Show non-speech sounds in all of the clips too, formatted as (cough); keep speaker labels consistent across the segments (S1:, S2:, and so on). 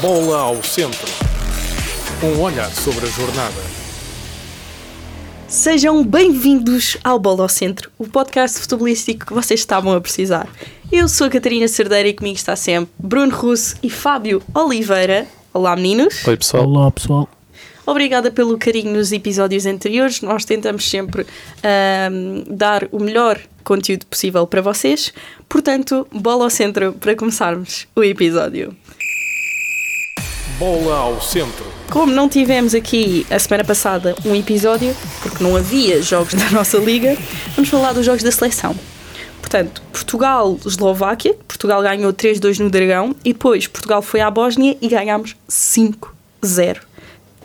S1: Bola ao centro. Um olhar sobre a jornada.
S2: Sejam bem-vindos ao Bola ao Centro, o podcast futebolístico que vocês estavam a precisar. Eu sou a Catarina Cerdeira e comigo está sempre Bruno Russo e Fábio Oliveira. Olá, meninos.
S3: Oi pessoal.
S4: Olá pessoal.
S2: Obrigada pelo carinho nos episódios anteriores. Nós tentamos sempre ahm, dar o melhor conteúdo possível para vocês. Portanto, bola ao centro para começarmos o episódio.
S1: Bola ao centro.
S2: Como não tivemos aqui a semana passada um episódio, porque não havia jogos da nossa liga, vamos falar dos jogos da seleção. Portanto, Portugal-Eslováquia, Portugal ganhou 3-2 no Dragão e depois Portugal foi à Bósnia e ganhámos 5-0.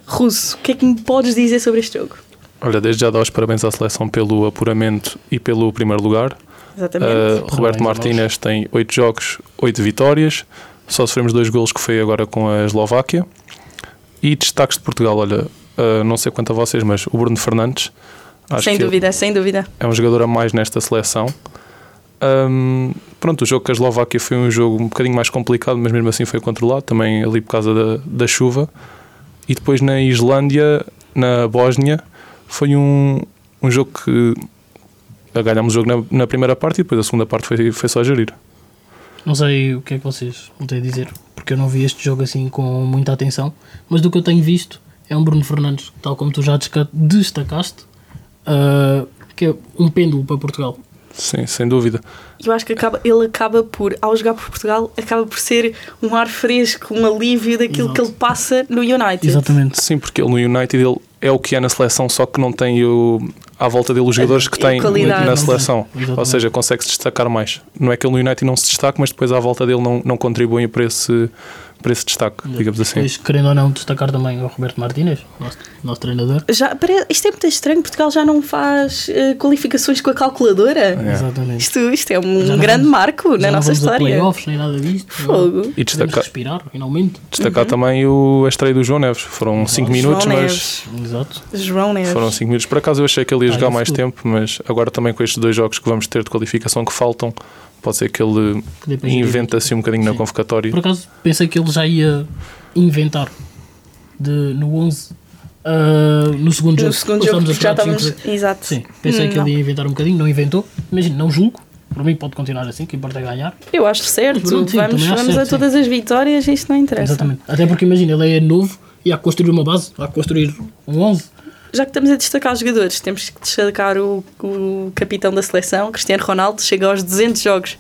S2: Russo, o que é que me podes dizer sobre este jogo?
S3: Olha, desde já dou os parabéns à seleção pelo apuramento e pelo primeiro lugar.
S2: Exatamente.
S3: Ah, Roberto
S4: a nós.
S3: Martínez tem 8 jogos, 8 vitórias. Só sofremos dois golos que foi agora com a Eslováquia. E destaques de Portugal, olha, ah, não sei quanto a vocês, mas o Bruno Fernandes. acho
S2: sem
S3: que
S2: dúvida, sem dúvida.
S3: É um jogador a mais nesta seleção. Ahm, pronto, o jogo com a Eslováquia foi um jogo um bocadinho mais complicado, mas mesmo assim foi controlado, também ali por causa da, da chuva. E depois na Islândia, na Bósnia, foi um, um jogo que ah, ganhámos o jogo na, na primeira parte e depois a segunda parte foi, foi só a gerir.
S4: Não sei o que é que vocês me têm a dizer, porque eu não vi este jogo assim com muita atenção, mas do que eu tenho visto é um Bruno Fernandes, tal como tu já desca- destacaste, ah, que é um pêndulo para Portugal.
S3: Sim, sem dúvida.
S2: Eu acho que acaba- ele acaba por, ao jogar por Portugal, acaba por ser um ar fresco, um alívio daquilo
S4: Exato.
S2: que ele passa no United.
S4: Exatamente.
S3: Sim, porque ele no United ele é o que é na seleção, só que não tem o, à volta dele os jogadores que
S2: a
S3: tem
S2: qualidade.
S3: na seleção.
S4: Exatamente.
S3: Ou seja, consegue-se destacar mais. Não é que ele no United não se destaque, mas depois à volta dele não, não contribuem para esse, para esse destaque, digamos assim.
S4: Depois, querendo ou não, destacar também o Roberto Martínez, nosso, nosso treinador.
S2: Já, pare- isto é muito estranho, Portugal já não faz eh, qualificações com a
S3: É.
S2: calculadora.
S4: Exatamente.
S2: Isto, isto é um
S4: Já não
S2: grande
S4: vamos-
S2: marco
S4: Já
S2: na
S4: não
S2: nossa
S4: vamos a
S2: história.
S4: playoffs, nem nada disto.
S2: Fogo.
S3: E
S4: Podemos
S3: destacar,
S4: respirar, finalmente.
S3: destacar também o a estreia do João Neves. Foram 5 minutos,
S2: João
S3: mas.
S2: Neves.
S4: Exato.
S2: João Neves.
S3: Foram 5 minutos. Por acaso eu achei que ele ia
S4: Ah,
S3: jogar
S4: isso
S3: mais
S4: tudo.
S3: tempo, mas agora também com estes dois jogos que vamos ter de qualificação que faltam, pode ser que ele
S4: Que depois-
S3: inventa-se um bocadinho na
S4: Sim.
S3: convocatória.
S4: Por acaso pensei que ele já ia inventar de, no 11, ah, no segundo jogo.
S2: No segundo
S4: Nós
S2: jogo que
S4: a
S2: já
S4: falar de
S2: estávamos.
S4: cinco-
S2: Exato.
S4: Sim, pensei que
S2: Não.
S4: ele ia inventar um bocadinho, não inventou. Imagina, não julgo. Por mim pode continuar assim, que importa é ganhar.
S2: Eu acho certo.
S4: Pronto, sim,
S2: vamos
S4: também acho
S2: vamos a
S4: certo, sim.
S2: todas as vitórias, isto não interessa.
S4: Exatamente. Até porque imagina, ele é novo e há que construir uma base, há que construir um 11.
S2: Já que estamos a destacar os jogadores, temos que destacar o, o capitão da seleção, Cristiano Ronaldo, chega aos 200 jogos.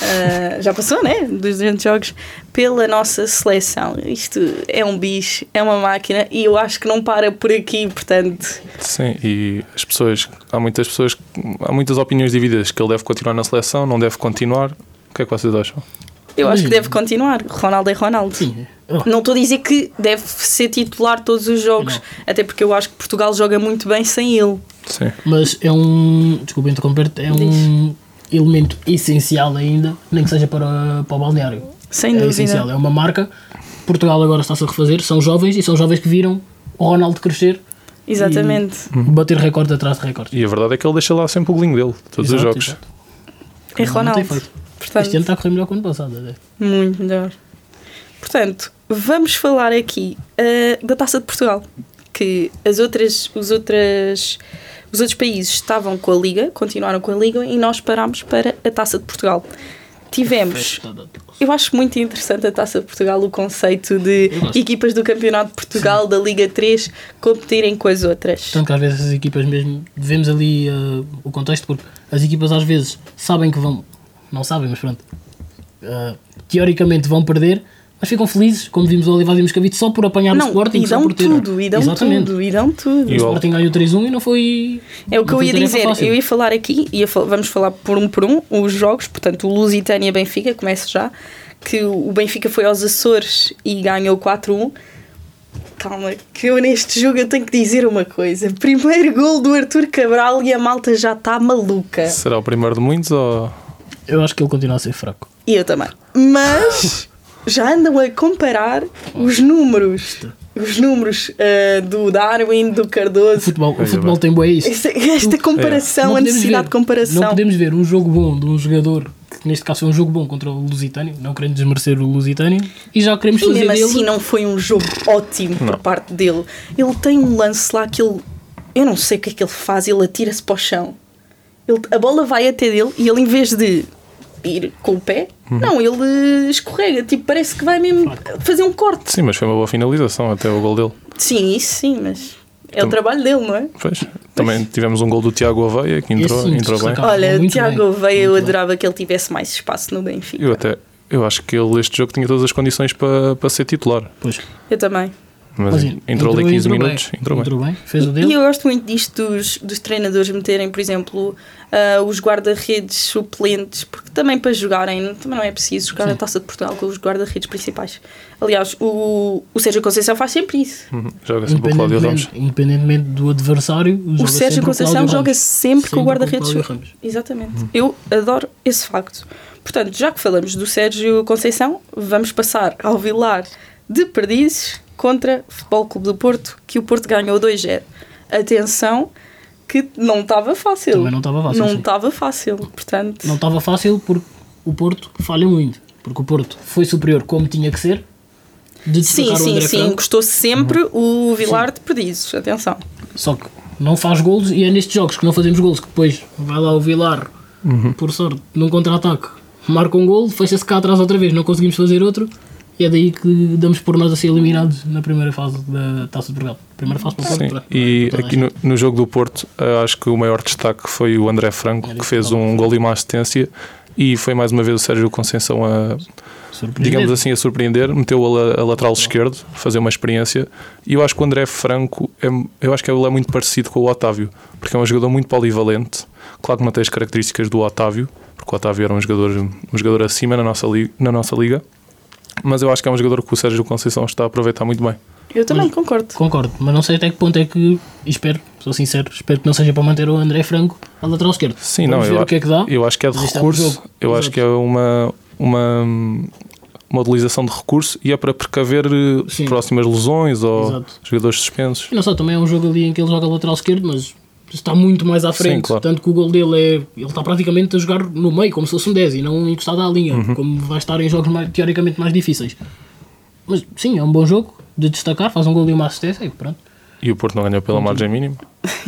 S2: Ah, já passou, né? Dos 200 jogos pela nossa seleção. Isto é um bicho, é uma máquina e eu acho que não para por aqui, portanto.
S3: Sim, e as pessoas, há muitas pessoas, há muitas opiniões divididas que ele deve continuar na seleção, não deve continuar. O que é que vocês acham?
S2: Eu acho que deve continuar. Ronaldo é Ronaldo.
S4: Sim, eu-
S2: Não estou a dizer que deve ser titular todos os jogos,
S4: Não.
S2: até porque eu acho que Portugal joga muito bem sem ele.
S3: Sim.
S4: mas é um. Desculpa interromper-te, é um elemento essencial ainda, nem que seja para, para o balneário.
S2: Sem
S4: é
S2: dúvida.
S4: essencial, é uma marca. Portugal agora está-se a refazer, são jovens e são jovens que viram o Ronaldo crescer,
S2: Exatamente.
S4: bater recorde atrás de recorde.
S3: E a verdade é que ele deixa lá sempre o golinho dele, todos os
S4: Exato,
S3: jogos.
S4: exato.
S2: É
S4: Não, não tem
S2: Ronaldo.
S4: feito.
S2: Portanto,
S4: Este ano está a correr melhor que o ano passado. até.
S2: Muito melhor. Portanto, vamos falar aqui ah, da Taça de Portugal, que as outras, os, outras, os outros países estavam com a Liga, continuaram com a Liga e nós parámos para a Taça de Portugal. Tivemos,
S4: Festa da-
S2: eu acho muito interessante a Taça de Portugal, o conceito de
S4: Eu gosto.
S2: equipas do Campeonato de Portugal, da Liga 3, competirem com as outras.
S4: Tanto é que às vezes as equipas mesmo, devemos ali eh, o contexto, porque as equipas às vezes sabem que vão, não sabem, mas pronto, eh, teoricamente vão perder, mas ficam felizes, como vimos o Olivares e o Moscavite, só por apanhar o
S2: Não,
S4: é Sporting,
S2: e
S4: só
S2: dão
S4: por ter...
S2: tudo, e dão
S4: Exatamente.
S2: tudo, e dão tudo.
S3: E
S4: O
S3: o-
S4: Sporting ganhou 3-1 e não foi...
S2: É o que eu
S4: não foi
S2: ia
S4: tarefa
S2: dizer.
S4: fácil.
S2: Eu ia falar aqui, ia fal- vamos falar por um por um os jogos, portanto, o Lusitânia Benfica, começa já, que o Benfica foi aos Açores e ganhou 4-1. Calma, que eu neste jogo eu tenho que dizer uma coisa. Primeiro gol do Arthur Cabral e a malta já está
S4: É.
S2: maluca.
S3: Será o primeiro de muitos ou.
S4: Eu acho que ele continua a ser fraco.
S2: E eu também. Mas já andam a comparar os números. Os números ah, do Darwin, do
S4: O
S2: Cardoso.
S4: futebol, o
S3: Olha,
S4: futebol
S3: bem.
S4: tem boa isto.
S2: Esta, esta comparação,
S4: Não
S2: a
S4: podemos
S2: é necessidade
S4: ver-
S2: de comparação.
S4: Não podemos ver um jogo bom de um jogador que que neste caso foi um jogo bom contra o Lusitânio, não querendo desmerecer o Lusitânio, e já queremos
S2: E
S4: fazer
S2: mesmo
S4: dele.
S2: assim não foi um jogo ótimo por
S3: Não.
S2: parte dele. Ele tem um lance lá que ele. Eu não sei o que é que ele faz, ele atira-se para o chão. Ele- a bola vai até dele e ele, em vez de ir com o pé,
S3: Uhum.
S2: não, ele escorrega. Tipo, parece que vai mesmo fazer um corte.
S3: Sim, mas foi uma boa finalização até o gol dele.
S2: Sim, isso sim, mas é o
S3: Então-
S2: trabalho dele, não é?
S3: Pois. Também tivemos um gol do Tiago Aveia que
S4: Esse
S3: entrou,
S4: sim,
S3: entrou bem.
S4: destacar. Ah,
S2: Olha, o
S4: muito
S2: Tiago
S4: bem,
S2: veio, eu
S4: muito bem.
S2: adorava que ele tivesse mais espaço no Benfica.
S3: Eu até eu acho que ele este jogo tinha todas as condições para, para ser titular.
S4: Pois.
S2: Eu também.
S3: Mas,
S4: Mas
S3: entrou, ali
S4: e
S3: 15
S4: entrou
S3: minutos,
S4: bem.
S3: entrou bem.
S4: bem. Fez o
S2: E
S4: dele.
S2: eu gosto muito disto dos, dos treinadores meterem, por exemplo, ah, os guarda-redes suplentes, porque também para jogarem, também não é preciso jogar a taça de Portugal com os guarda-redes principais. Aliás, o, o Sérgio Conceição faz sempre isso.
S3: Uhum. Joga sempre o Cláudio Ramos.
S4: Independentemente, independentemente do adversário,
S2: O Sérgio Conceição joga sempre com o guarda-redes.
S4: do
S2: su- Exatamente.
S4: Hum.
S2: Eu adoro esse facto. Portanto, já que falamos do Sérgio Conceição, vamos passar ao Vilar de Perdizes contra Futebol Clube do Porto, que o Porto ganhou 2-0. Atenção, que não estava fácil.
S4: Também não estava fácil.
S2: Não
S4: sim.
S2: estava fácil, portanto.
S4: Não estava fácil porque o Porto falha muito. Porque o Porto foi superior como tinha que ser. De
S2: sim,
S4: destacar o
S2: sim,
S4: André
S2: sim.
S4: Franco, Uhum.
S2: Gostou sempre o Vilar de Perdizes. Atenção.
S4: Só que não faz golos e é nestes jogos que não fazemos golos que depois vai lá o Vilar,
S3: Uhum.
S4: por sorte, num contra-ataque, marca um golo, fecha-se cá atrás outra vez, não conseguimos fazer outro e é daí que damos por nós a ser eliminados na primeira fase da Taça de Portugal. Primeira fase para o
S3: Sim.
S4: Porto. para-
S3: E
S4: para toda a
S3: aqui
S4: gente.
S3: no, no jogo do Porto, eh, acho que o maior destaque foi o André Franco, que fez um gol e uma assistência. E foi mais uma vez o Sérgio Conceição a,
S4: Surpreendente.
S3: digamos assim, a surpreender, meteu a, la- a lateral esquerdo, fazer uma experiência. E eu acho que o André Franco, é, eu acho que ele é muito parecido com o Otávio, porque é um jogador muito polivalente. Claro que não tem as características do Otávio, porque o Otávio era um jogador, um jogador acima na nossa, li- na nossa liga. Mas eu acho que é um jogador que o Sérgio Conceição está a aproveitar muito bem.
S2: Eu também (laughs) concordo.
S4: Concordo, mas não sei até que ponto é que. e Espero, sou sincero, espero que não seja para manter o André Franco a lateral esquerdo.
S3: Sim,
S4: Vamos
S3: não,
S4: ver
S3: eu,
S4: o que é que dá.
S3: eu acho que é de
S4: Mas isto é um
S3: recurso.
S4: jogo.
S3: Eu acho
S4: Exato.
S3: que é uma, uma, uma utilização de recurso e é para precaver eh,
S4: Sim.
S3: próximas lesões ou
S4: Exato.
S3: jogadores suspensos.
S4: E não só, também é um jogo ali em que ele joga lateral esquerdo, mas está muito mais à frente.
S3: claro.
S4: Tanto que o gol dele é. Ele está praticamente a jogar no meio, como se fosse um 10 e não encostado à linha,
S3: Uhum.
S4: como vai estar em jogos mais- teoricamente mais difíceis. Mas sim, é um bom jogo de destacar, faz um gol e uma assistência e pronto.
S3: E o Porto não ganhou pela margem mínima.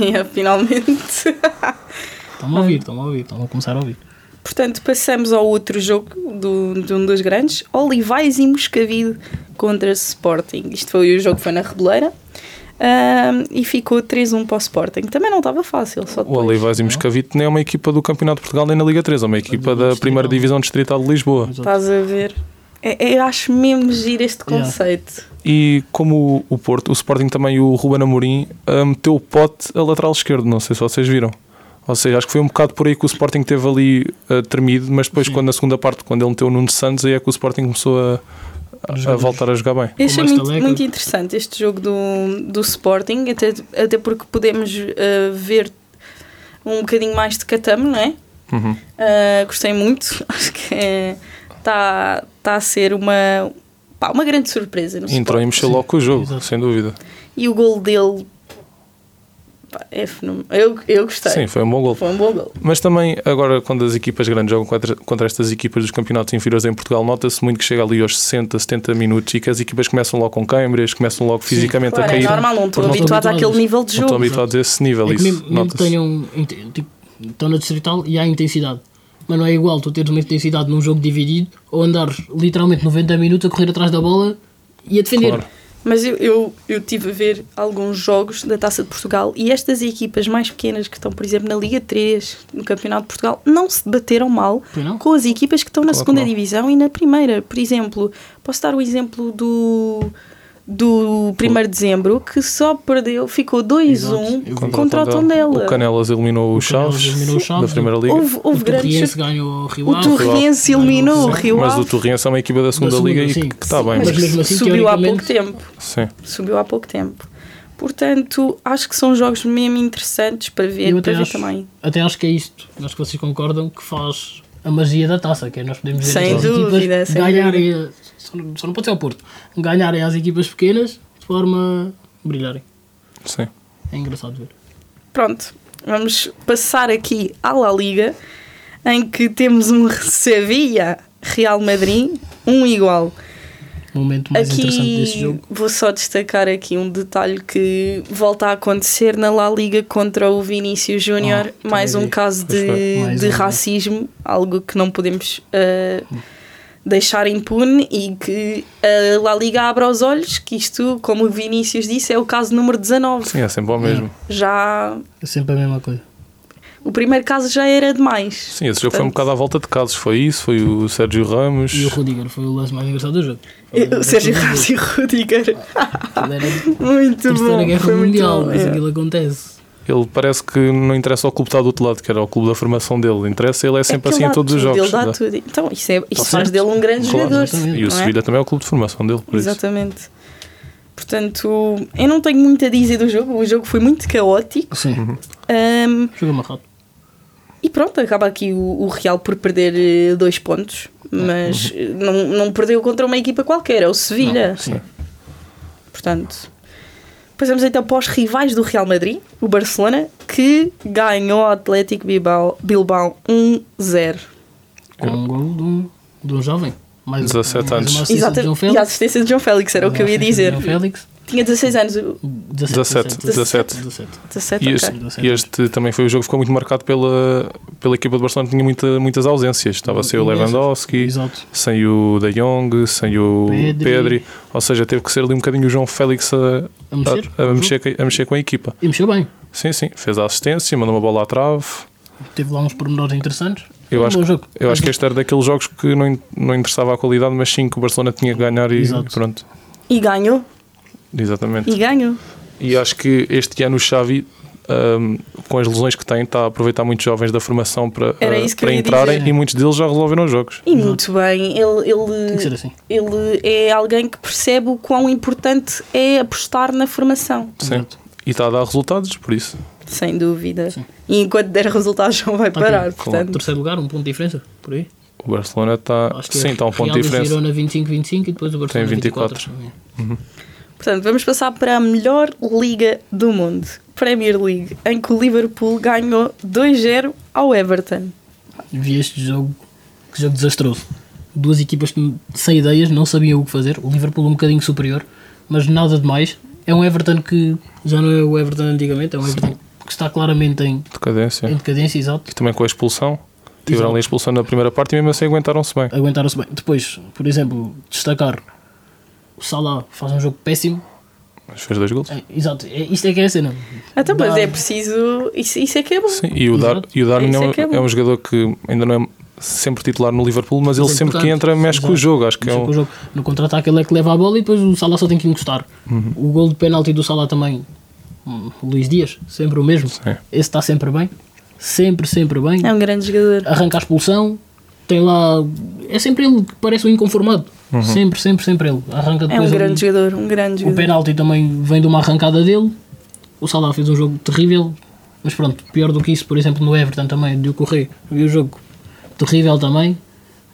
S2: É, Finalmente. (laughs)
S4: Estão-me a ouvir, estão-me a ouvir, estão a começar a ouvir.
S2: Portanto, passamos ao outro jogo do, de um dos grandes, Olivais e Moscavide contra Sporting. Isto foi o jogo que foi na Reboleira ahm, e ficou 3-1 para o Sporting. Também não estava fácil, só
S3: O
S2: depois.
S3: Olivais e Moscavite nem é uma equipa do Campeonato de Portugal nem na Liga 3, é uma equipa da
S4: Distrito.
S3: primeira Divisão Distrital de Lisboa.
S2: Estás a ver? É- eu acho mesmo giro este conceito.
S3: E como o o Porto, o Sporting também, o Ruben Amorim, eh, meteu o pote a lateral esquerdo. Não sei se vocês viram. Ou seja, acho que foi um bocado por aí que o Sporting teve ali eh, tremido, mas depois, quando na segunda parte, quando ele meteu o Nuno Santos, aí é que o Sporting começou a, a- a voltar a jogar bem.
S2: Eu achei
S4: mais
S2: muito,
S4: taleca.
S2: muito interessante este jogo do, do Sporting, até, até porque podemos ah, ver um bocadinho mais de Catamo, não é?
S3: Uhum.
S2: Uh, gostei muito, (laughs) acho que está tá a ser uma, pá, uma grande surpresa. no
S3: Entrou e
S2: Sporting.
S3: mexeu logo com o jogo,
S4: Exato.
S3: sem dúvida.
S2: E o gol dele pá, é fenômeno. Eu, eu gostei.
S3: Sim, foi um bom gol.
S2: Foi um bom gol.
S3: Mas também, agora, quando as equipas grandes jogam contra, contra estas equipas dos campeonatos inferiores em Portugal, nota-se muito que chega ali aos 60, 70 minutos e que as equipas começam logo com câimbras, começam logo fisicamente
S2: Claro,
S3: a
S2: é
S3: cair.
S2: normal, não estou
S4: Porque não estão
S2: habituado àquele
S4: habituados.
S2: nível de
S3: não estão
S2: jogo.
S3: habituados a esse nível.
S4: É que
S3: isso
S4: mesmo, mesmo que
S3: nota-se.
S4: tenham, inte- tipo, estão na distrital e há intensidade. Mas não é igual tu teres uma intensidade num jogo dividido ou andares literalmente 90 minutos a correr atrás da bola e a defender.
S3: Claro.
S2: Mas eu, eu, eu tive a ver alguns jogos da Taça de Portugal e estas equipas mais pequenas que estão, por exemplo, na Liga 3, no Campeonato de Portugal, não se debateram mal
S4: Pois não?
S2: com as equipas que estão na
S3: Claro que
S2: segunda
S3: não.
S2: divisão e na primeira. Por exemplo, posso dar o exemplo do do 1 de dezembro que só perdeu, ficou 2-1
S4: Exato.
S2: contra, o Tondela.
S3: O Canelas eliminou o
S4: Canelas
S3: Chaves,
S4: eliminou um o Chaves,
S3: da Primeira Liga.
S2: Houve, houve
S4: o
S2: grandes
S4: Torriense
S2: sur-
S4: ganha o Rio
S2: O
S4: Ave.
S2: Torrense
S4: Ave.
S2: eliminou o
S4: Mas
S2: Rio
S3: Mas o
S2: Ave,
S3: Torriense é uma equipa da segunda,
S4: segunda,
S3: Liga e
S4: sim.
S3: que está bem.
S2: mas
S3: Mas,
S4: mesmo assim,
S2: subiu há pouco
S4: teoricamente-
S2: tempo.
S3: sim.
S2: subiu há pouco tempo. Portanto, acho que são jogos mesmo interessantes para ver,
S4: Eu
S2: para
S4: até
S2: ver
S4: acho,
S2: também.
S4: até acho que é isto, acho que vocês concordam, que faz a magia da taça, que é nós podemos ver
S2: Sem
S4: as
S2: dúvida,
S4: equipas
S2: sem
S4: ganharem, a- só, não- só não pode ser ao Porto, ganharem às equipas pequenas de forma a brilharem.
S3: sim.
S4: É engraçado ver.
S2: Pronto, vamos passar aqui à La Liga. em que temos (laughs) um Sevilla Real Madrid, um igual.
S4: O momento mais interessante desse
S2: Aqui
S4: jogo.
S2: vou só destacar aqui um detalhe que volta a acontecer na La Liga contra o Vinícius Júnior,
S4: Ah,
S2: mais um
S4: também vi.
S2: caso
S3: Pois
S2: de,
S4: foi, mais
S2: de
S4: um. Hum.
S2: racismo, algo que não podemos ah, deixar impune e que a La Liga abra os olhos, que isto, como o Vinícius disse, é o caso número 19.
S3: Sim, é sempre ao mesmo.
S2: Já
S4: É sempre a mesma coisa.
S2: o primeiro caso já era demais.
S3: Sim, esse jogo foi um
S2: Portanto-
S3: bocado à volta de casos. Foi isso, foi o Sérgio Ramos.
S4: E o Rudiger foi o lance mais engraçado do jogo. Foi
S2: Eu- (laughs)
S4: o
S2: O Sérgio
S4: jogo.
S2: (laughs) Ramos e o Rudiger.
S4: Aquilo era a
S2: Muito
S4: Terceira
S2: bom.
S4: Guerra
S2: foi muito
S4: Mundial,
S2: bom,
S4: mas
S2: é.
S4: aquilo acontece.
S3: Ele parece que não interessa ao clube que está do outro lado, que era o clube da formação dele. Interessa, ele é sempre
S2: Aquilo
S3: assim em
S2: dá
S3: todos os
S2: tudo,
S3: jogos.
S2: Ele dá
S3: Dá.
S2: tudo. Então, isso, é, isso faz
S3: certo.
S2: dele um grande
S3: Claro,
S2: jogador.
S4: exatamente.
S3: E o
S2: não é?
S3: Sevilha também é o clube de formação dele, por isso.
S2: Exatamente. Portanto, eu não tenho muito a dizer do jogo. O jogo foi muito caótico.
S4: Sim,
S2: Ahm,
S4: jogo amarrado.
S2: e pronto, acaba aqui o, o Real por perder eh, dois pontos. Mas eh, não, não perdeu contra uma equipa qualquer, é o Sevilha.
S3: Sim.
S2: Portanto, passamos então para os rivais do Real Madrid, o Barcelona, que ganhou o Atlético Bilbao, Bilbao 1-0.
S4: Com um gol de um, de um jovem. Mais
S3: 17 anos.
S4: Exato. João
S2: Exatamente. E a
S4: Félix.
S2: assistência de João Félix era o que eu ia dizer.
S4: João Félix.
S2: Tinha 16 anos, o-
S4: 17.
S3: 17.
S4: 17.
S2: 17,
S3: E
S2: ok.
S3: este,
S4: ok.
S3: e este também foi o jogo que ficou muito marcado pela, pela equipa do Barcelona, que tinha muita, muitas ausências. Estava sem assim o Lewandowski,
S4: Exato.
S3: sem o De Jong, sem o
S4: Pedri.
S3: Pedri. Ou seja, teve que ser ali um bocadinho o João Félix a,
S4: A mexer.
S3: Tá, a- a mexer, com- a mexer com a equipa.
S4: E mexeu bem.
S3: Sim, sim. Fez a assistência, mandou uma bola à trave.
S4: Teve lá uns pormenores interessantes. Foi
S3: Eu
S4: um
S3: acho
S4: bom
S3: que-
S4: jogo.
S3: Eu acho que este era daqueles jogos que não, in- não interessava a qualidade, mas sim que o Barcelona tinha que ganhar e
S4: Exato.
S3: pronto.
S2: E ganhou,
S3: Exatamente.
S2: e ganhou.
S3: E acho que este ano o Xavi, ahm, com as lesões que tem, está a aproveitar muitos jovens da formação para,
S2: Era
S3: ah,
S2: isso que eu
S3: para
S2: ia
S3: entrarem
S4: dizer.
S3: e muitos deles já resolveram os jogos.
S2: E muito bem, ele,
S4: Uhum. Tem que ser
S2: ele,
S4: assim.
S2: ele é alguém que percebe o quão importante é apostar na formação,
S3: Sim.
S4: Exato.
S3: E está a dar resultados, por isso.
S2: sem dúvida. E enquanto der resultados não vai
S4: Ok,
S2: parar,
S4: claro.
S2: portanto.
S4: Terceiro lugar, um ponto de diferença. Por aí.
S3: O Barcelona está.
S4: Acho que
S3: Sim,
S4: é
S3: está um ponto
S4: Real
S3: de diferença.
S4: Girona 25-25 e depois o Barcelona
S3: Tem
S4: 24.
S3: 24.
S2: Portanto, vamos passar para a melhor liga do mundo, Premier League, em que o Liverpool ganhou 2-0 ao Everton.
S4: Vi este jogo, que jogo desastroso. Duas equipas que, sem ideias, não sabiam o que fazer. O Liverpool um bocadinho superior, mas nada demais. É um Everton que já não é o Everton antigamente, é um Everton que está claramente em,
S3: Decadência.
S4: em decadência, exato.
S3: E também com a expulsão. Tiveram ali a expulsão na primeira parte e mesmo assim aguentaram-se bem.
S4: Aguentaram-se bem. Depois, por exemplo, destacar o Salah faz um jogo péssimo.
S3: Mas fez dois gols.
S4: É, exato, é, isto é que é a cena.
S2: Então, mas
S4: Dá-
S2: é preciso. Isso, isso é que é bom.
S3: Sim, e o, Dar,
S4: Exato.
S3: e o Darwin
S2: Isso
S3: é,
S2: é
S3: um,
S2: que é bom.
S3: é um jogador que ainda não é sempre titular no Liverpool, mas ele
S4: Mas é
S3: sempre que
S4: importante.
S3: entra mexe com o
S4: Exato.
S3: jogo. Acho que
S4: Mexe
S3: é
S4: com o
S3: um.
S4: jogo. No contra-ataque ele é que leva a bola e depois o Salah só tem que encostar. O gol de penalti do Salah também, hum, o Luís Dias, sempre o mesmo.
S3: Sim.
S4: Esse está sempre bem. Sempre, sempre bem.
S2: É um grande jogador.
S4: Arranca a expulsão. Tem lá. É sempre ele que parece um inconformado.
S3: Uhum.
S4: Sempre, sempre, sempre ele. Arranca
S2: É um
S4: depois
S2: grande
S4: ali.
S2: jogador, um grande
S4: O
S2: jogador.
S4: penalti também vem de uma arrancada dele. O Salah fez um jogo terrível, mas pronto, pior do que isso, por exemplo, no Everton também, de ocorrer. Vi um jogo terrível também,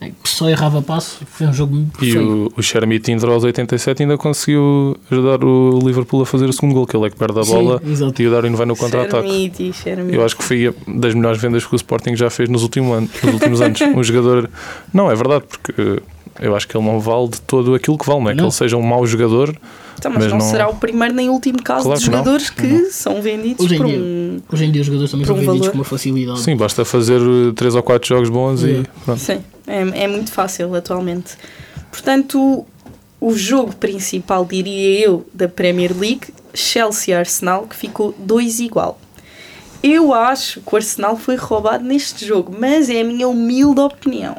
S4: em que só errava passo. Foi um jogo
S3: E
S4: feio.
S3: o, o Shermit entrou aos 87 e ainda conseguiu ajudar o Liverpool a fazer o segundo gol, que ele é que perde a
S4: Sim,
S3: bola
S4: exato.
S3: e o Darwin vai no contra-ataque.
S2: Xermiti, Xermiti.
S3: Eu acho que foi das melhores vendas que o Sporting já fez nos, último ano- nos últimos anos. Um jogador. Não, é verdade, porque eh, eu acho que ele não vale de todo aquilo que vale, não é? Que
S4: Não.
S3: ele seja um mau jogador.
S2: Então, mas,
S3: Mas
S2: não,
S3: não-
S2: será o primeiro nem último caso
S3: Claro
S2: de
S3: que não. Uhum.
S2: jogadores que são vendidos
S4: Hoje em
S2: por
S4: dia.
S2: um.
S4: Hoje em dia os jogadores também
S2: Por
S4: são
S2: um
S4: vendidos
S2: valor.
S4: com uma facilidade.
S3: Sim, basta fazer 3 ou 4 jogos bons
S4: É.
S3: e pronto.
S2: Sim, é, é muito fácil atualmente. Portanto, o jogo principal, diria eu, da Premier League, Chelsea-Arsenal, que ficou 2 igual. Eu acho que o Arsenal foi roubado neste jogo, mas é a minha humilde opinião.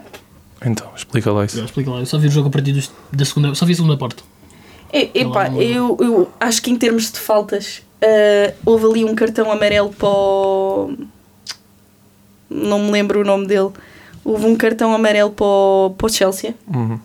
S3: Então, explica lá isso.
S4: Já explica lá, eu só vi o jogo a partir dos- da segunda, só vi a segunda parte.
S2: E- Epá,
S4: Não-
S2: eu, eu acho que em termos de faltas, ah, houve ali um cartão amarelo para o... Não me lembro o nome dele. Houve um cartão amarelo para o, para o Chelsea.
S3: Uhum.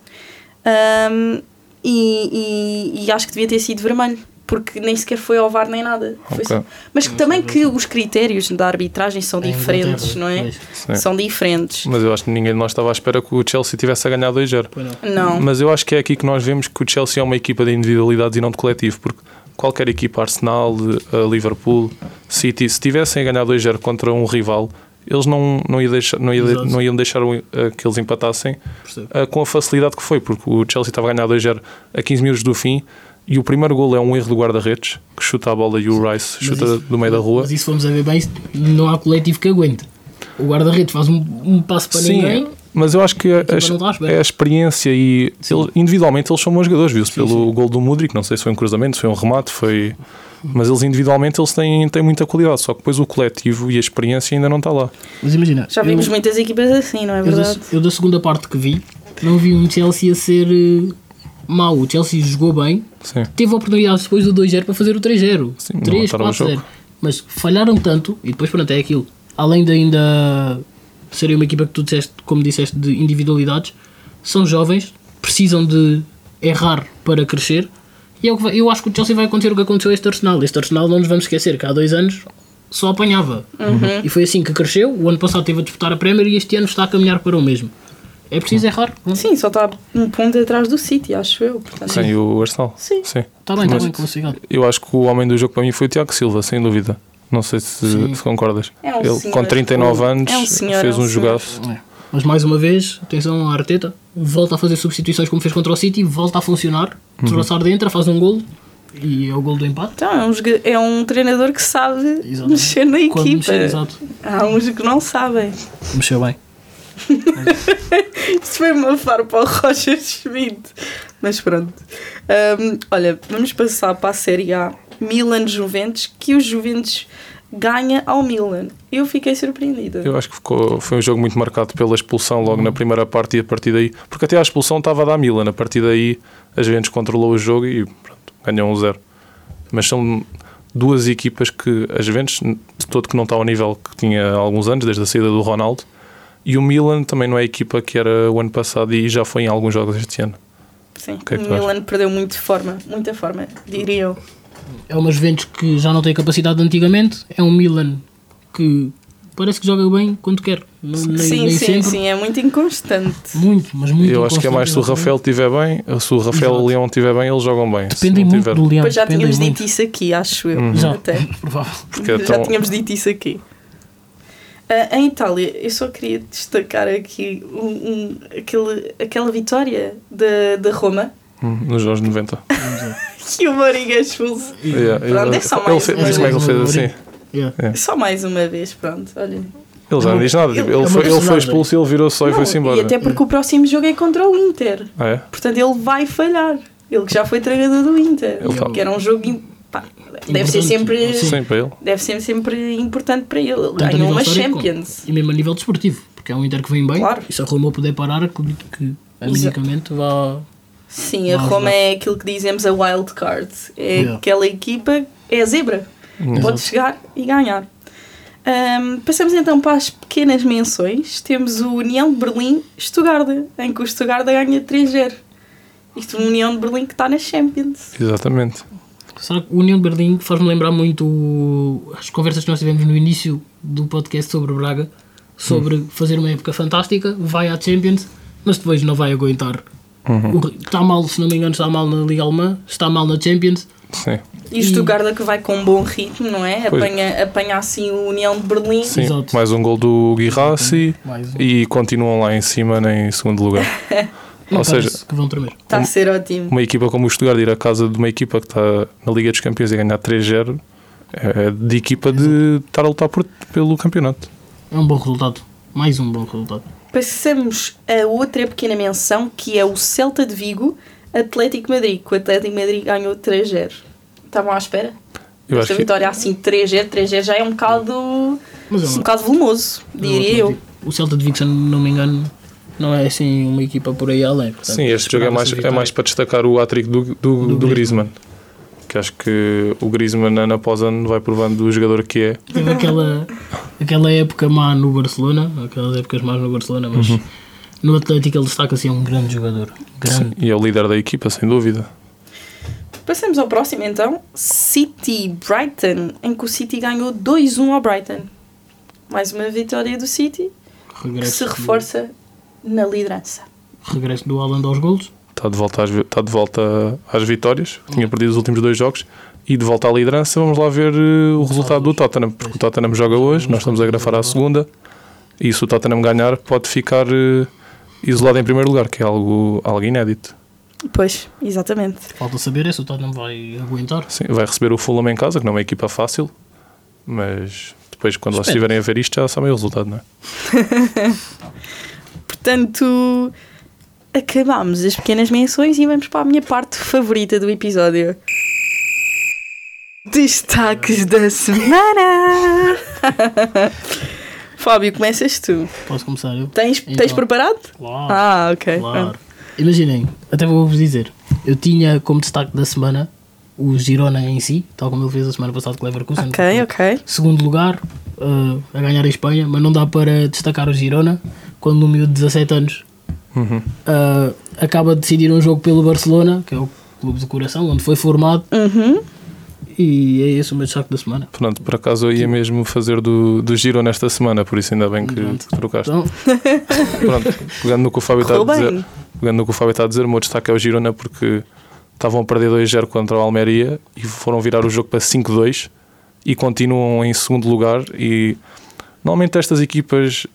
S2: Ahm, e, e- e acho que devia ter sido vermelho. Porque nem sequer foi ao VAR nem nada. Foi
S3: Ok.
S2: só- Mas que também que os critérios da arbitragem são
S4: Em
S2: diferentes,
S4: Inglaterra,
S2: não é?
S4: pois.
S3: Sim.
S2: São diferentes.
S3: Mas eu acho que ninguém de nós estava à espera que o Chelsea tivesse a ganhar 2-0.
S4: Pois não.
S2: Não.
S3: Mas eu acho que é aqui que nós vemos que o Chelsea é uma equipa de individualidades e não de coletivo, porque qualquer equipa, Arsenal, eh, Liverpool, City, se tivessem a ganhar 2-0 contra um rival, eles não, não, ia deixar, não, ia,
S4: Exato.
S3: não iam deixar o- eh, que eles empatassem
S4: Percebo.
S3: eh, com a facilidade que foi, porque o Chelsea estava a ganhar 2-0 a 15 minutos do fim e o primeiro gol é um erro do guarda-redes que chuta a bola e o Rice
S4: Mas
S3: chuta
S4: isso-
S3: do meio da rua.
S4: Mas isso fomos a ver bem, não há coletivo que aguente. O guarda-redes faz um, um passo para ninguém.
S3: mas eu acho que a,
S4: equipa não está à
S3: a,
S4: espera.
S3: é a experiência e
S4: Sim.
S3: eles- individualmente eles são bons jogadores, viu-se
S4: Sim,
S3: pelo gol do Mudrik, não sei se foi um cruzamento, se foi um remate, foi. Mas eles individualmente eles têm, têm muita qualidade, só que depois o coletivo e a experiência ainda não está lá.
S4: Mas imagina.
S2: Já
S4: eu-
S2: vimos muitas equipas assim, não é
S4: eu, da,
S2: verdade?
S4: eu da segunda parte que vi, não vi um Chelsea a ser eh, mau. O Chelsea jogou bem,
S3: Sim.
S4: teve oportunidades depois do 2-0 para fazer o 3-0.
S3: Sim, não
S4: 3,
S3: mataram o
S4: 4-0.
S3: jogo.
S4: Mas falharam tanto, e depois pronto, é aquilo. Além de ainda serem uma equipa que tu disseste, como disseste, de individualidades, são jovens, precisam de errar para crescer. E é o que vai- eu acho que o Chelsea vai acontecer o que aconteceu a este Arsenal. Este Arsenal não nos vamos esquecer que há dois anos só apanhava. E foi assim que cresceu. O ano passado teve a disputar a Premier e este ano está a caminhar para o mesmo. É preciso errar. não?
S2: Sim, só está um ponto atrás do City, acho eu. portanto.
S3: Sim, e o Arsenal.
S2: Sim.
S4: Está Tá bem, está
S3: Mas
S4: bem classificado.
S3: Eu acho que o homem do jogo para mim foi o Tiago Silva, sem dúvida. Não sei se,
S4: Sim.
S3: se concordas.
S2: É um
S3: Ele
S2: senhor.
S3: com 39 anos
S2: É um senhor,
S3: fez
S2: é um senhor.
S3: um jogaço.
S4: É. Mas mais uma vez, atenção à Arteta, volta a fazer substituições como fez contra o City, volta a funcionar,
S3: Uhum.
S4: troçar dentro, faz um golo e é o golo do empate.
S2: Então, é um, joga- é um treinador que sabe
S4: Exatamente.
S2: mexer na
S4: Quando
S2: equipa.
S4: mexer, exato.
S2: Há uns que não (laughs) sabem.
S4: Mexeu bem.
S2: Isto foi uma farpa ao Roger Schmidt. Mas pronto. Hum, olha, vamos passar para a Série A. Milan Juventus, que o Juventus ganha ao Milan. Eu fiquei surpreendida.
S3: Eu acho que ficou- foi um jogo muito marcado pela expulsão logo
S4: Uhum.
S3: na primeira parte e a partir daí, porque até a expulsão estava a dar Milan, a partir daí a Juventus controlou o jogo e pronto, ganhou um zero. Mas são duas equipas que a Juventus de todo que não está ao nível que tinha há alguns anos, desde a saída do Ronaldo, e o Milan também não é a equipa que era o ano passado e já foi em alguns jogos este ano.
S2: Sim,
S3: que é que
S2: o
S3: tu
S2: Milan perdeu muito forma. Muita forma, diria eu.
S4: É uma Juventus que já não tem capacidade de antigamente, é um Milan que parece que joga bem quando quer. Não- Nem,
S2: sim,
S4: nem
S2: sim,
S4: sempre.
S2: sim. É muito inconstante.
S4: Muito, mas muito.
S3: Eu acho que é mais se o
S4: inconstante,
S3: Rafael estiver bem, se o Rafael
S4: Exato.
S3: Leão estiver bem, eles jogam bem. Se
S4: Dependem
S3: não
S4: muito
S3: tiver-
S4: do Leão.
S2: Depois já
S4: dependem
S2: tínhamos dito
S4: muito.
S2: isso aqui, acho eu.
S3: Uhum.
S4: Já.
S2: Até.
S4: (laughs) Provável.
S3: Porque
S2: já
S3: então-
S2: tínhamos dito isso aqui. Ah, em Itália, eu só queria destacar aqui um- um- aquele, aquela vitória da, da Roma (laughs)
S3: Hum, nos anos 90.
S2: que o Mourinho é expulso.
S3: Yeah,
S2: Pronto,
S3: ele-
S2: é só mais
S3: ele fez-
S2: uma
S3: mas como é que ele fez
S4: vez.
S3: assim?
S4: Yeah.
S2: Só mais uma vez, pronto, olha.
S3: Ele já não diz nada. tipo,
S2: Ele-
S3: ele,
S4: é uma
S3: foi, ele foi
S4: personagem.
S3: expulso, Então ele virou só e
S2: Não,
S3: foi-se embora.
S2: até porque o próximo jogo é contra o Inter.
S3: Ah, é?
S2: Portanto, ele vai falhar. Ele que já foi treinador do Inter.
S3: Ele tá-
S2: Que era um jogo. im- pá, deve ser
S4: Importante.
S2: sempre.
S4: Sim.
S3: Sim, para ele.
S2: Deve ser sempre importante para ele. Ele
S4: Tanto a nível
S2: ganhou uma
S4: histórico como-
S2: Champions.
S4: E mesmo a nível desportivo, porque é um Inter que vem bem.
S2: Claro.
S4: E se a Roma puder parar, acredito que amicamente vá.
S2: Sim, a
S4: Vamos
S2: Roma
S4: lá.
S2: é aquilo que dizemos a wild card. É
S4: Yeah.
S2: aquela equipa, é a zebra. Pode chegar e ganhar. Ahm, passamos então para as pequenas menções. Temos o União de Berlim-Estugarda, em que o Estugarda ganha 3-0. Isto é uma União de Berlim que está na Champions.
S3: Exatamente.
S4: Será que o União de Berlim faz-me lembrar muito o- as conversas que nós tivemos no início do podcast sobre o Braga, sobre
S3: Hum.
S4: fazer uma época fantástica, vai à Champions, mas depois não vai aguentar.
S3: Uhum, Hum.
S4: O- está mal, se não me engano, está mal na Liga Alemã, está mal na Champions.
S3: Sim.
S2: E o Estugarda que vai com um bom ritmo, não é?
S3: Pois.
S2: Apanha, apanha assim o União de Berlim.
S3: Sim.
S4: Exato.
S3: Mais um gol do Guirassi
S4: Mais um.
S3: e continuam lá em cima em segundo lugar.
S4: Não
S3: Ou
S4: parece
S3: seja,
S4: que vão tremer.
S2: Está a ser ótimo.
S3: uma equipa como o Stuttgart ir à casa de uma equipa que está na Liga dos Campeões e ganhar 3-0 é de equipa de estar a lutar por- pelo campeonato.
S4: É um bom resultado. Mais um bom resultado.
S2: Passamos a outra pequena menção que é o Celta de Vigo, Atlético Madrid, que o Atlético Madrid ganhou 3-0. Estavam à espera?
S3: Eu
S2: Esta
S3: acho que
S2: vitória assim 3-0, 3-0 já é um bocado.
S4: Mas é
S2: um
S4: uma-
S2: bocado volumoso, diria eu.
S4: O Celta de Vigo, se não me engano, não é assim uma equipa por aí além. portanto,
S3: Sim, este jogo é mais, é
S4: esperava-se
S3: mais para destacar o hat-trick do, do, do, Griezmann. Que acho que o Griezmann, ano após ano, vai provando o jogador que é.
S4: Teve aquela, aquela época má no Barcelona, aquelas épocas más no Barcelona, mas no Atlético ele destaca-se é um grande jogador. Grande.
S3: E é o líder da equipa, sem dúvida.
S2: Passamos ao próximo então. City Brighton, em que o City ganhou 2-1 ao Brighton. Mais uma vitória do City que
S4: Regresso,
S2: se reforça na liderança.
S4: Do, regresso do Haaland aos golos.
S3: Está Tá de volta às, vi- está de volta às vitórias.
S4: Uhum.
S3: Tinha perdido os últimos dois jogos. E de volta à liderança, vamos lá ver eh, o resultado do Tottenham. Porque o Tottenham joga hoje, nós estamos a gravar à segunda. E se o Tottenham ganhar, pode ficar eh, isolado em primeiro lugar, que é algo, algo inédito.
S2: Pois, exatamente.
S4: Falta saber é se o Tottenham vai aguentar.
S3: Sim, vai receber o Fulham em casa, que não é uma equipa fácil, mas depois, quando vocês
S4: Espero.
S3: estiverem a ver isto, já sabem o resultado, não é?
S2: Portanto, acabámos as pequenas menções e vamos para a minha parte favorita do episódio. Destaques da
S4: (laughs)
S2: semana! Fábio, começas tu.
S4: Posso começar eu?
S2: Tens,
S4: Então.
S2: tens preparado?
S4: Claro.
S2: Tá. Ah, ok.
S4: Claro. Imaginem, até vou-vos dizer, eu tinha como destaque da semana o Girona em si, tal como ele fez a semana passada com o Leverkusen.
S2: Ah, Ok, ok.
S4: Segundo lugar, eh, a ganhar a Espanha, mas não dá para destacar o Girona, quando um miúdo de 17 anos eh, acaba de decidir um jogo pelo Barcelona, que é o clube do coração, onde foi formado,
S2: Uhum.
S4: e é esse o meu destaque da semana.
S3: Pronto, por acaso eu ia mesmo fazer do, do giro nesta semana, por isso ainda bem que
S4: Pronto.
S3: trocaste.
S4: Então,
S3: Pronto, pegando no que o Fábio está a
S2: Correu bem.
S3: dizer, pegando no que o Fábio está a dizer, o meu destaque é o Girona porque estavam a perder 2-0 contra o Almeria e foram virar o jogo para 5-2 e continuam em segundo lugar e normalmente estas equipas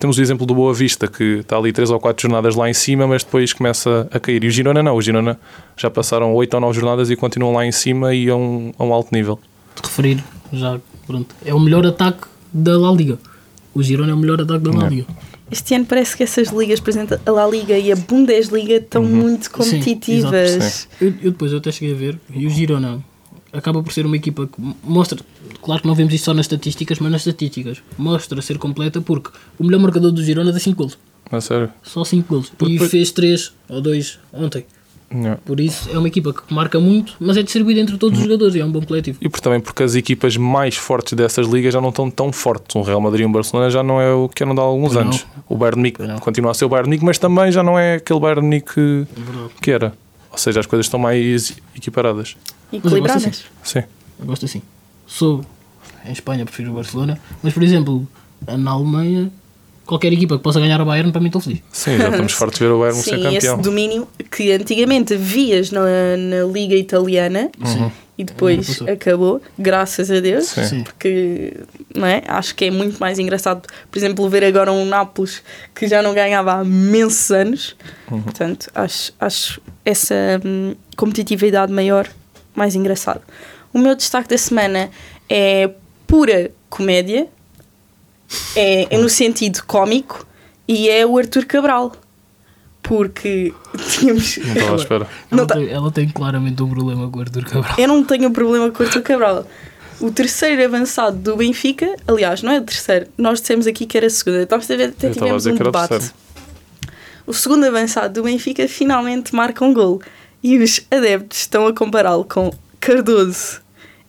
S3: temos o exemplo do Boa Vista que está ali 3 ou 4 jornadas lá em cima mas depois começa a cair e o Girona não, o Girona já passaram 8 ou 9 jornadas e continuam lá em cima e a um, a um alto nível.
S4: de referir, já, pronto, é o melhor ataque da La Liga. O Girona é o melhor ataque da La
S3: É.
S4: Liga.
S2: Este ano parece que essas ligas, por exemplo, a La Liga e a Bundesliga, estão
S4: Uhum.
S2: muito competitivas.
S4: exato, Eu, eu depois eu até cheguei a ver, e o Girona acaba por ser uma equipa que m- mostra, claro que não vemos isto só nas estatísticas, mas nas estatísticas, mostra ser completa porque o melhor marcador do Girona dá 5 golos,
S3: A é sério?
S4: só 5 golos, e
S3: depois-
S4: fez 3 ou 2 ontem.
S3: Não.
S4: Por isso é uma equipa que marca muito, mas é distribuída entre todos os jogadores e é um bom coletivo.
S3: E por, também porque as equipas mais fortes dessas ligas já não estão tão fortes. Um Real Madrid e um Barcelona já não é o que eram de há
S4: Pois
S3: alguns
S4: não.
S3: anos. O Bayern de
S4: Pois não.
S3: Munique continua a ser o Bayern de Munique, mas também já não é aquele Bayern de Munique que- que era. Ou seja, as coisas estão mais equiparadas.
S2: Equilibradas.
S4: Mas eu gosto
S3: Sim.
S4: Eu gosto assim. Sou em Espanha, prefiro o Barcelona, mas por exemplo, na Alemanha, qualquer equipa que possa ganhar o Bayern, para mim estou feliz.
S3: Sim,
S2: (laughs)
S3: já estamos fartos de ver o Bayern ser
S2: Sim, esse
S3: campeão.
S2: domínio que antigamente vias na, na Liga Italiana e depois
S4: Agora passou.
S2: acabou, graças a Deus,
S3: Sim.
S4: Sim.
S2: porque não é? acho que é muito mais engraçado, por exemplo, ver agora um Nápoles que já não ganhava há imensos anos.
S3: Uhum.
S2: Portanto, acho, acho essa hum, competitividade maior mais engraçado. O meu destaque da semana é pura comédia, é, é no sentido cómico, e é o Arthur Cabral. Porque (laughs) tínhamos.
S3: Não estava à espera.
S4: Ela,
S2: Não tá-
S4: tem, ela tem claramente um problema com o Arthur Cabral.
S2: Eu não tenho problema com o Arthur Cabral. O terceiro avançado do Benfica, aliás, não é o terceiro, nós dissemos aqui que era a segunda. Nós até até
S3: Eu estava a
S2: tivemos
S3: dizer
S2: um
S3: que era o
S2: debate.
S3: terceiro.
S2: O segundo avançado do Benfica finalmente marca um gol. E os adeptos estão a compará-lo com Cardoso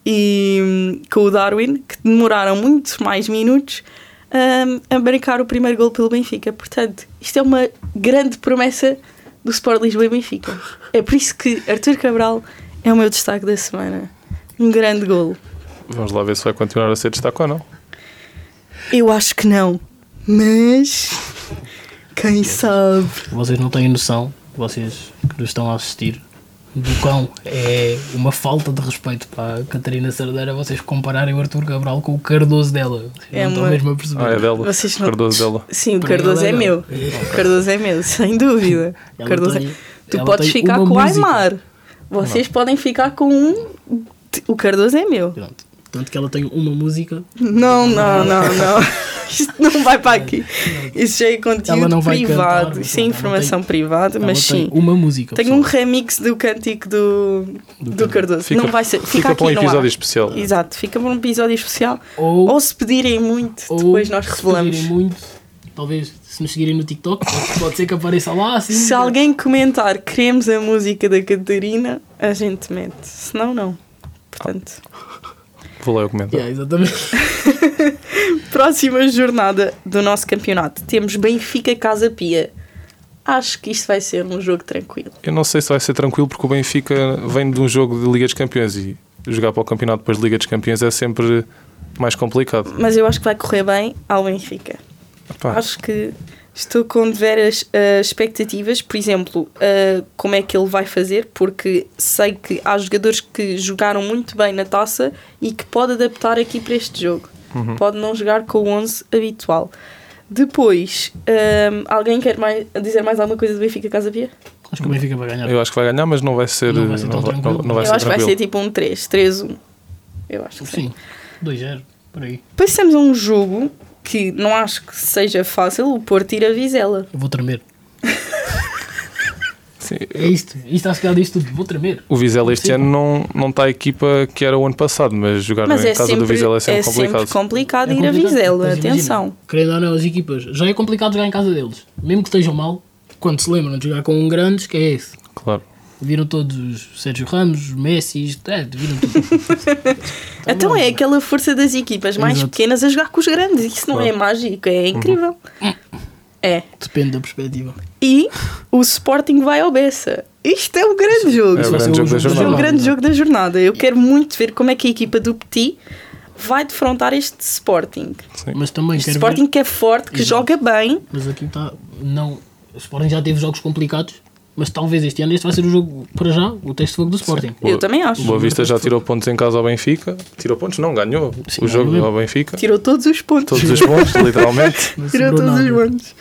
S2: e hum, com o Darwin, que demoraram muitos mais minutos hum, a marcar o primeiro gol pelo Benfica. Portanto, isto é uma grande promessa do Sport Lisboa e Benfica. É por isso que Arthur Cabral é o meu destaque da semana. Um grande gol.
S3: Vamos lá ver se vai continuar a ser destaque ou não.
S2: Eu acho que não, mas quem sabe.
S4: Vocês não têm noção, vocês que nos estão a assistir, do cão é uma falta de respeito para a Catarina Cerdeira vocês compararem o Arthur Cabral com o Cardoso dela. Vocês
S2: É
S4: não estão
S2: uma-
S4: mesmo a perceber.
S3: Ah, é dela.
S2: Vocês não-
S3: Cardoso dela.
S2: Sim, o
S4: Para
S2: Cardoso
S4: ela
S2: é
S4: não.
S2: meu. O Cardoso é meu, (laughs) sem dúvida. O
S4: Ela
S2: Cardoso é-
S4: tem-
S2: Tu
S4: ela
S2: podes
S4: tem
S2: ficar
S4: uma
S2: com o
S4: música.
S2: Aymar. Vocês podem ficar com um. O Cardoso é meu.
S4: Pronto. Tanto que ela tem uma música,
S2: Não, não, não, não. (laughs) Isto não vai para aqui. Isto já é
S4: Ela não
S2: conteúdo
S4: vai
S2: privado.
S4: cantar,
S2: Isso é
S4: ela não
S2: informação
S4: tem-
S2: privada,
S4: ela
S2: mas
S4: tem
S2: sim.
S4: uma música.
S2: Tenho um
S4: pessoal.
S2: remix do cântico do, do Cardoso.
S3: Fica-
S2: não vai ser. Fica,
S3: fica
S2: aqui,
S3: para um
S2: não
S3: episódio
S2: há.
S3: especial.
S2: Exato, fica para um episódio especial.
S4: Ou-
S2: um- Ou se pedirem muito,
S4: Ou,
S2: depois nós
S4: se
S2: revelamos.
S4: pedirem muito, talvez se nos seguirem no TikTok, pode- pode ser que apareça lá assim.
S2: Se alguém comentar queremos a música da Catarina, a gente mete. Se não, não. Portanto,
S3: Vou lá eu comentar.
S4: Yeah, exatamente.
S2: próxima jornada do nosso campeonato. Temos Benfica Casa Pia. Acho que isto vai ser um jogo tranquilo.
S3: Eu não sei se vai ser tranquilo porque o Benfica vem de um jogo de Liga dos Campeões e jogar para o campeonato depois de Liga dos Campeões é sempre mais complicado.
S2: Mas eu acho que vai correr bem ao Benfica.
S3: Pá,
S2: Acho que estou com deveras eh, expectativas, por exemplo, eh, como é que ele vai fazer, porque sei que há jogadores que jogaram muito bem na taça
S3: Uhum.
S2: e que pode adaptar aqui para este jogo. Pode não jogar com o 11 habitual. Depois, hum, alguém quer mais, dizer mais alguma coisa do Benfica Casa Pia?
S4: Acho que o Benfica vai ganhar.
S3: Eu acho que vai ganhar, mas não vai ser.
S4: Não vai ser tão tranquilo.
S3: não vai
S2: eu
S3: ser
S2: acho que vai
S3: tranquilo.
S2: ser tipo um 3, 3-1. Eu acho que sim.
S4: Sim, 2-0, por aí.
S2: Depois temos um jogo que não acho que seja fácil, o Porto ir a Vizela.
S4: Eu vou tremer.
S3: Sim,
S4: É isto. Isto acho que é disto tudo. Vou tremer.
S3: O Vizela este
S4: Sim.
S3: ano não, não está a equipa que era o ano passado, mas jogar
S2: Mas
S3: em
S2: é
S3: casa
S2: sempre,
S3: do Vizela é sempre
S2: é
S3: complicado.
S2: sempre complicado
S4: É
S2: ir a
S4: complicado.
S2: Vizela,
S4: Mas imagina, tá
S2: atenção.
S4: Querendo ou não, as equipas. Já é complicado jogar em casa deles. Mesmo que estejam mal, quando se lembram de jogar com um grandes, que é esse.
S3: Claro.
S4: Viram todos Sérgio Ramos, Messi, isto, é, viram
S3: (laughs)
S4: tudo.
S2: Então é aquela força das equipas mais
S4: Exato.
S2: pequenas a jogar com os grandes. Isso não é
S3: Claro. Uhum.
S2: mágico, é incrível. É.
S4: Depende da perspectiva.
S2: E o Sporting vai ao Bessa. Isto é um grande jogo.
S3: É o
S4: vai
S3: grande
S4: ser o
S3: jogo
S4: jogo-
S3: da
S2: Isto é um
S3: jornada.
S2: grande jogo da jornada. Eu quero muito ver como é que a equipa do Petit vai defrontar este Sporting.
S4: Mas também
S2: Este
S4: quero
S2: Sporting
S4: ver.
S2: que é forte, que
S4: Exato.
S2: joga bem.
S4: Mas aqui está. Não. O Sporting já teve jogos complicados. Mas talvez este ano este vai ser o jogo, para já, o teste de fogo do Sporting.
S2: Eu também acho.
S3: O Boa Vista já tirou pontos em casa ao Benfica. Tirou pontos? Não, ganhou
S4: Sim,
S3: o jogo
S4: ganhou.
S3: ao Benfica.
S2: Tirou todos os pontos.
S3: Todos
S2: (laughs)
S3: os pontos, literalmente.
S4: Não
S2: Tirou
S4: sobrou
S2: todos os
S4: nada.
S2: pontos.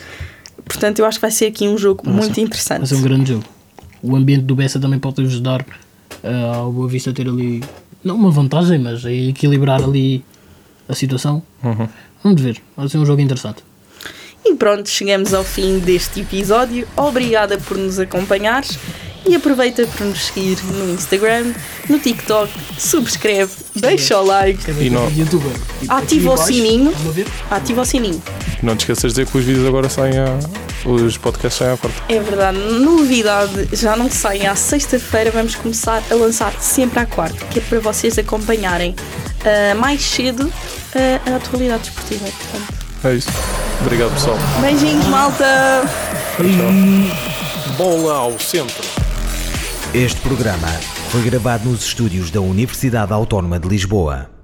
S2: Portanto, eu acho que vai ser aqui um jogo muito interessante.
S4: Vai ser um grande jogo. O ambiente do Bessa também pode ajudar ah, ao Boa Vista a ter ali, não uma vantagem, mas a equilibrar ali a situação.
S3: Uhum.
S4: Vamos ver, vai ser um jogo interessante.
S2: E pronto, chegamos ao fim deste episódio. Obrigada por nos acompanhares e aproveita para nos seguir no Instagram, no TikTok, subscreve, deixa o like,
S4: Quer ver
S3: E
S4: que
S3: não-
S4: eu sou youtuber?
S2: Ativa
S4: Aqui
S2: o
S4: embaixo,
S2: sininho.
S4: estão a ver?
S2: ativa o sininho.
S3: Não te esqueças de dizer que os vídeos agora saem a. Os podcasts saem à quarta.
S2: É verdade, novidade, já não saem à sexta-feira, vamos começar a lançar sempre à quarta, que é para vocês acompanharem ah, mais cedo ah, a atualidade esportiva. Portanto,
S3: É isso. Obrigado, pessoal.
S2: beijinhos, malta!
S1: Bola ao centro.
S5: Este programa foi gravado nos estúdios da Universidade Autónoma de Lisboa.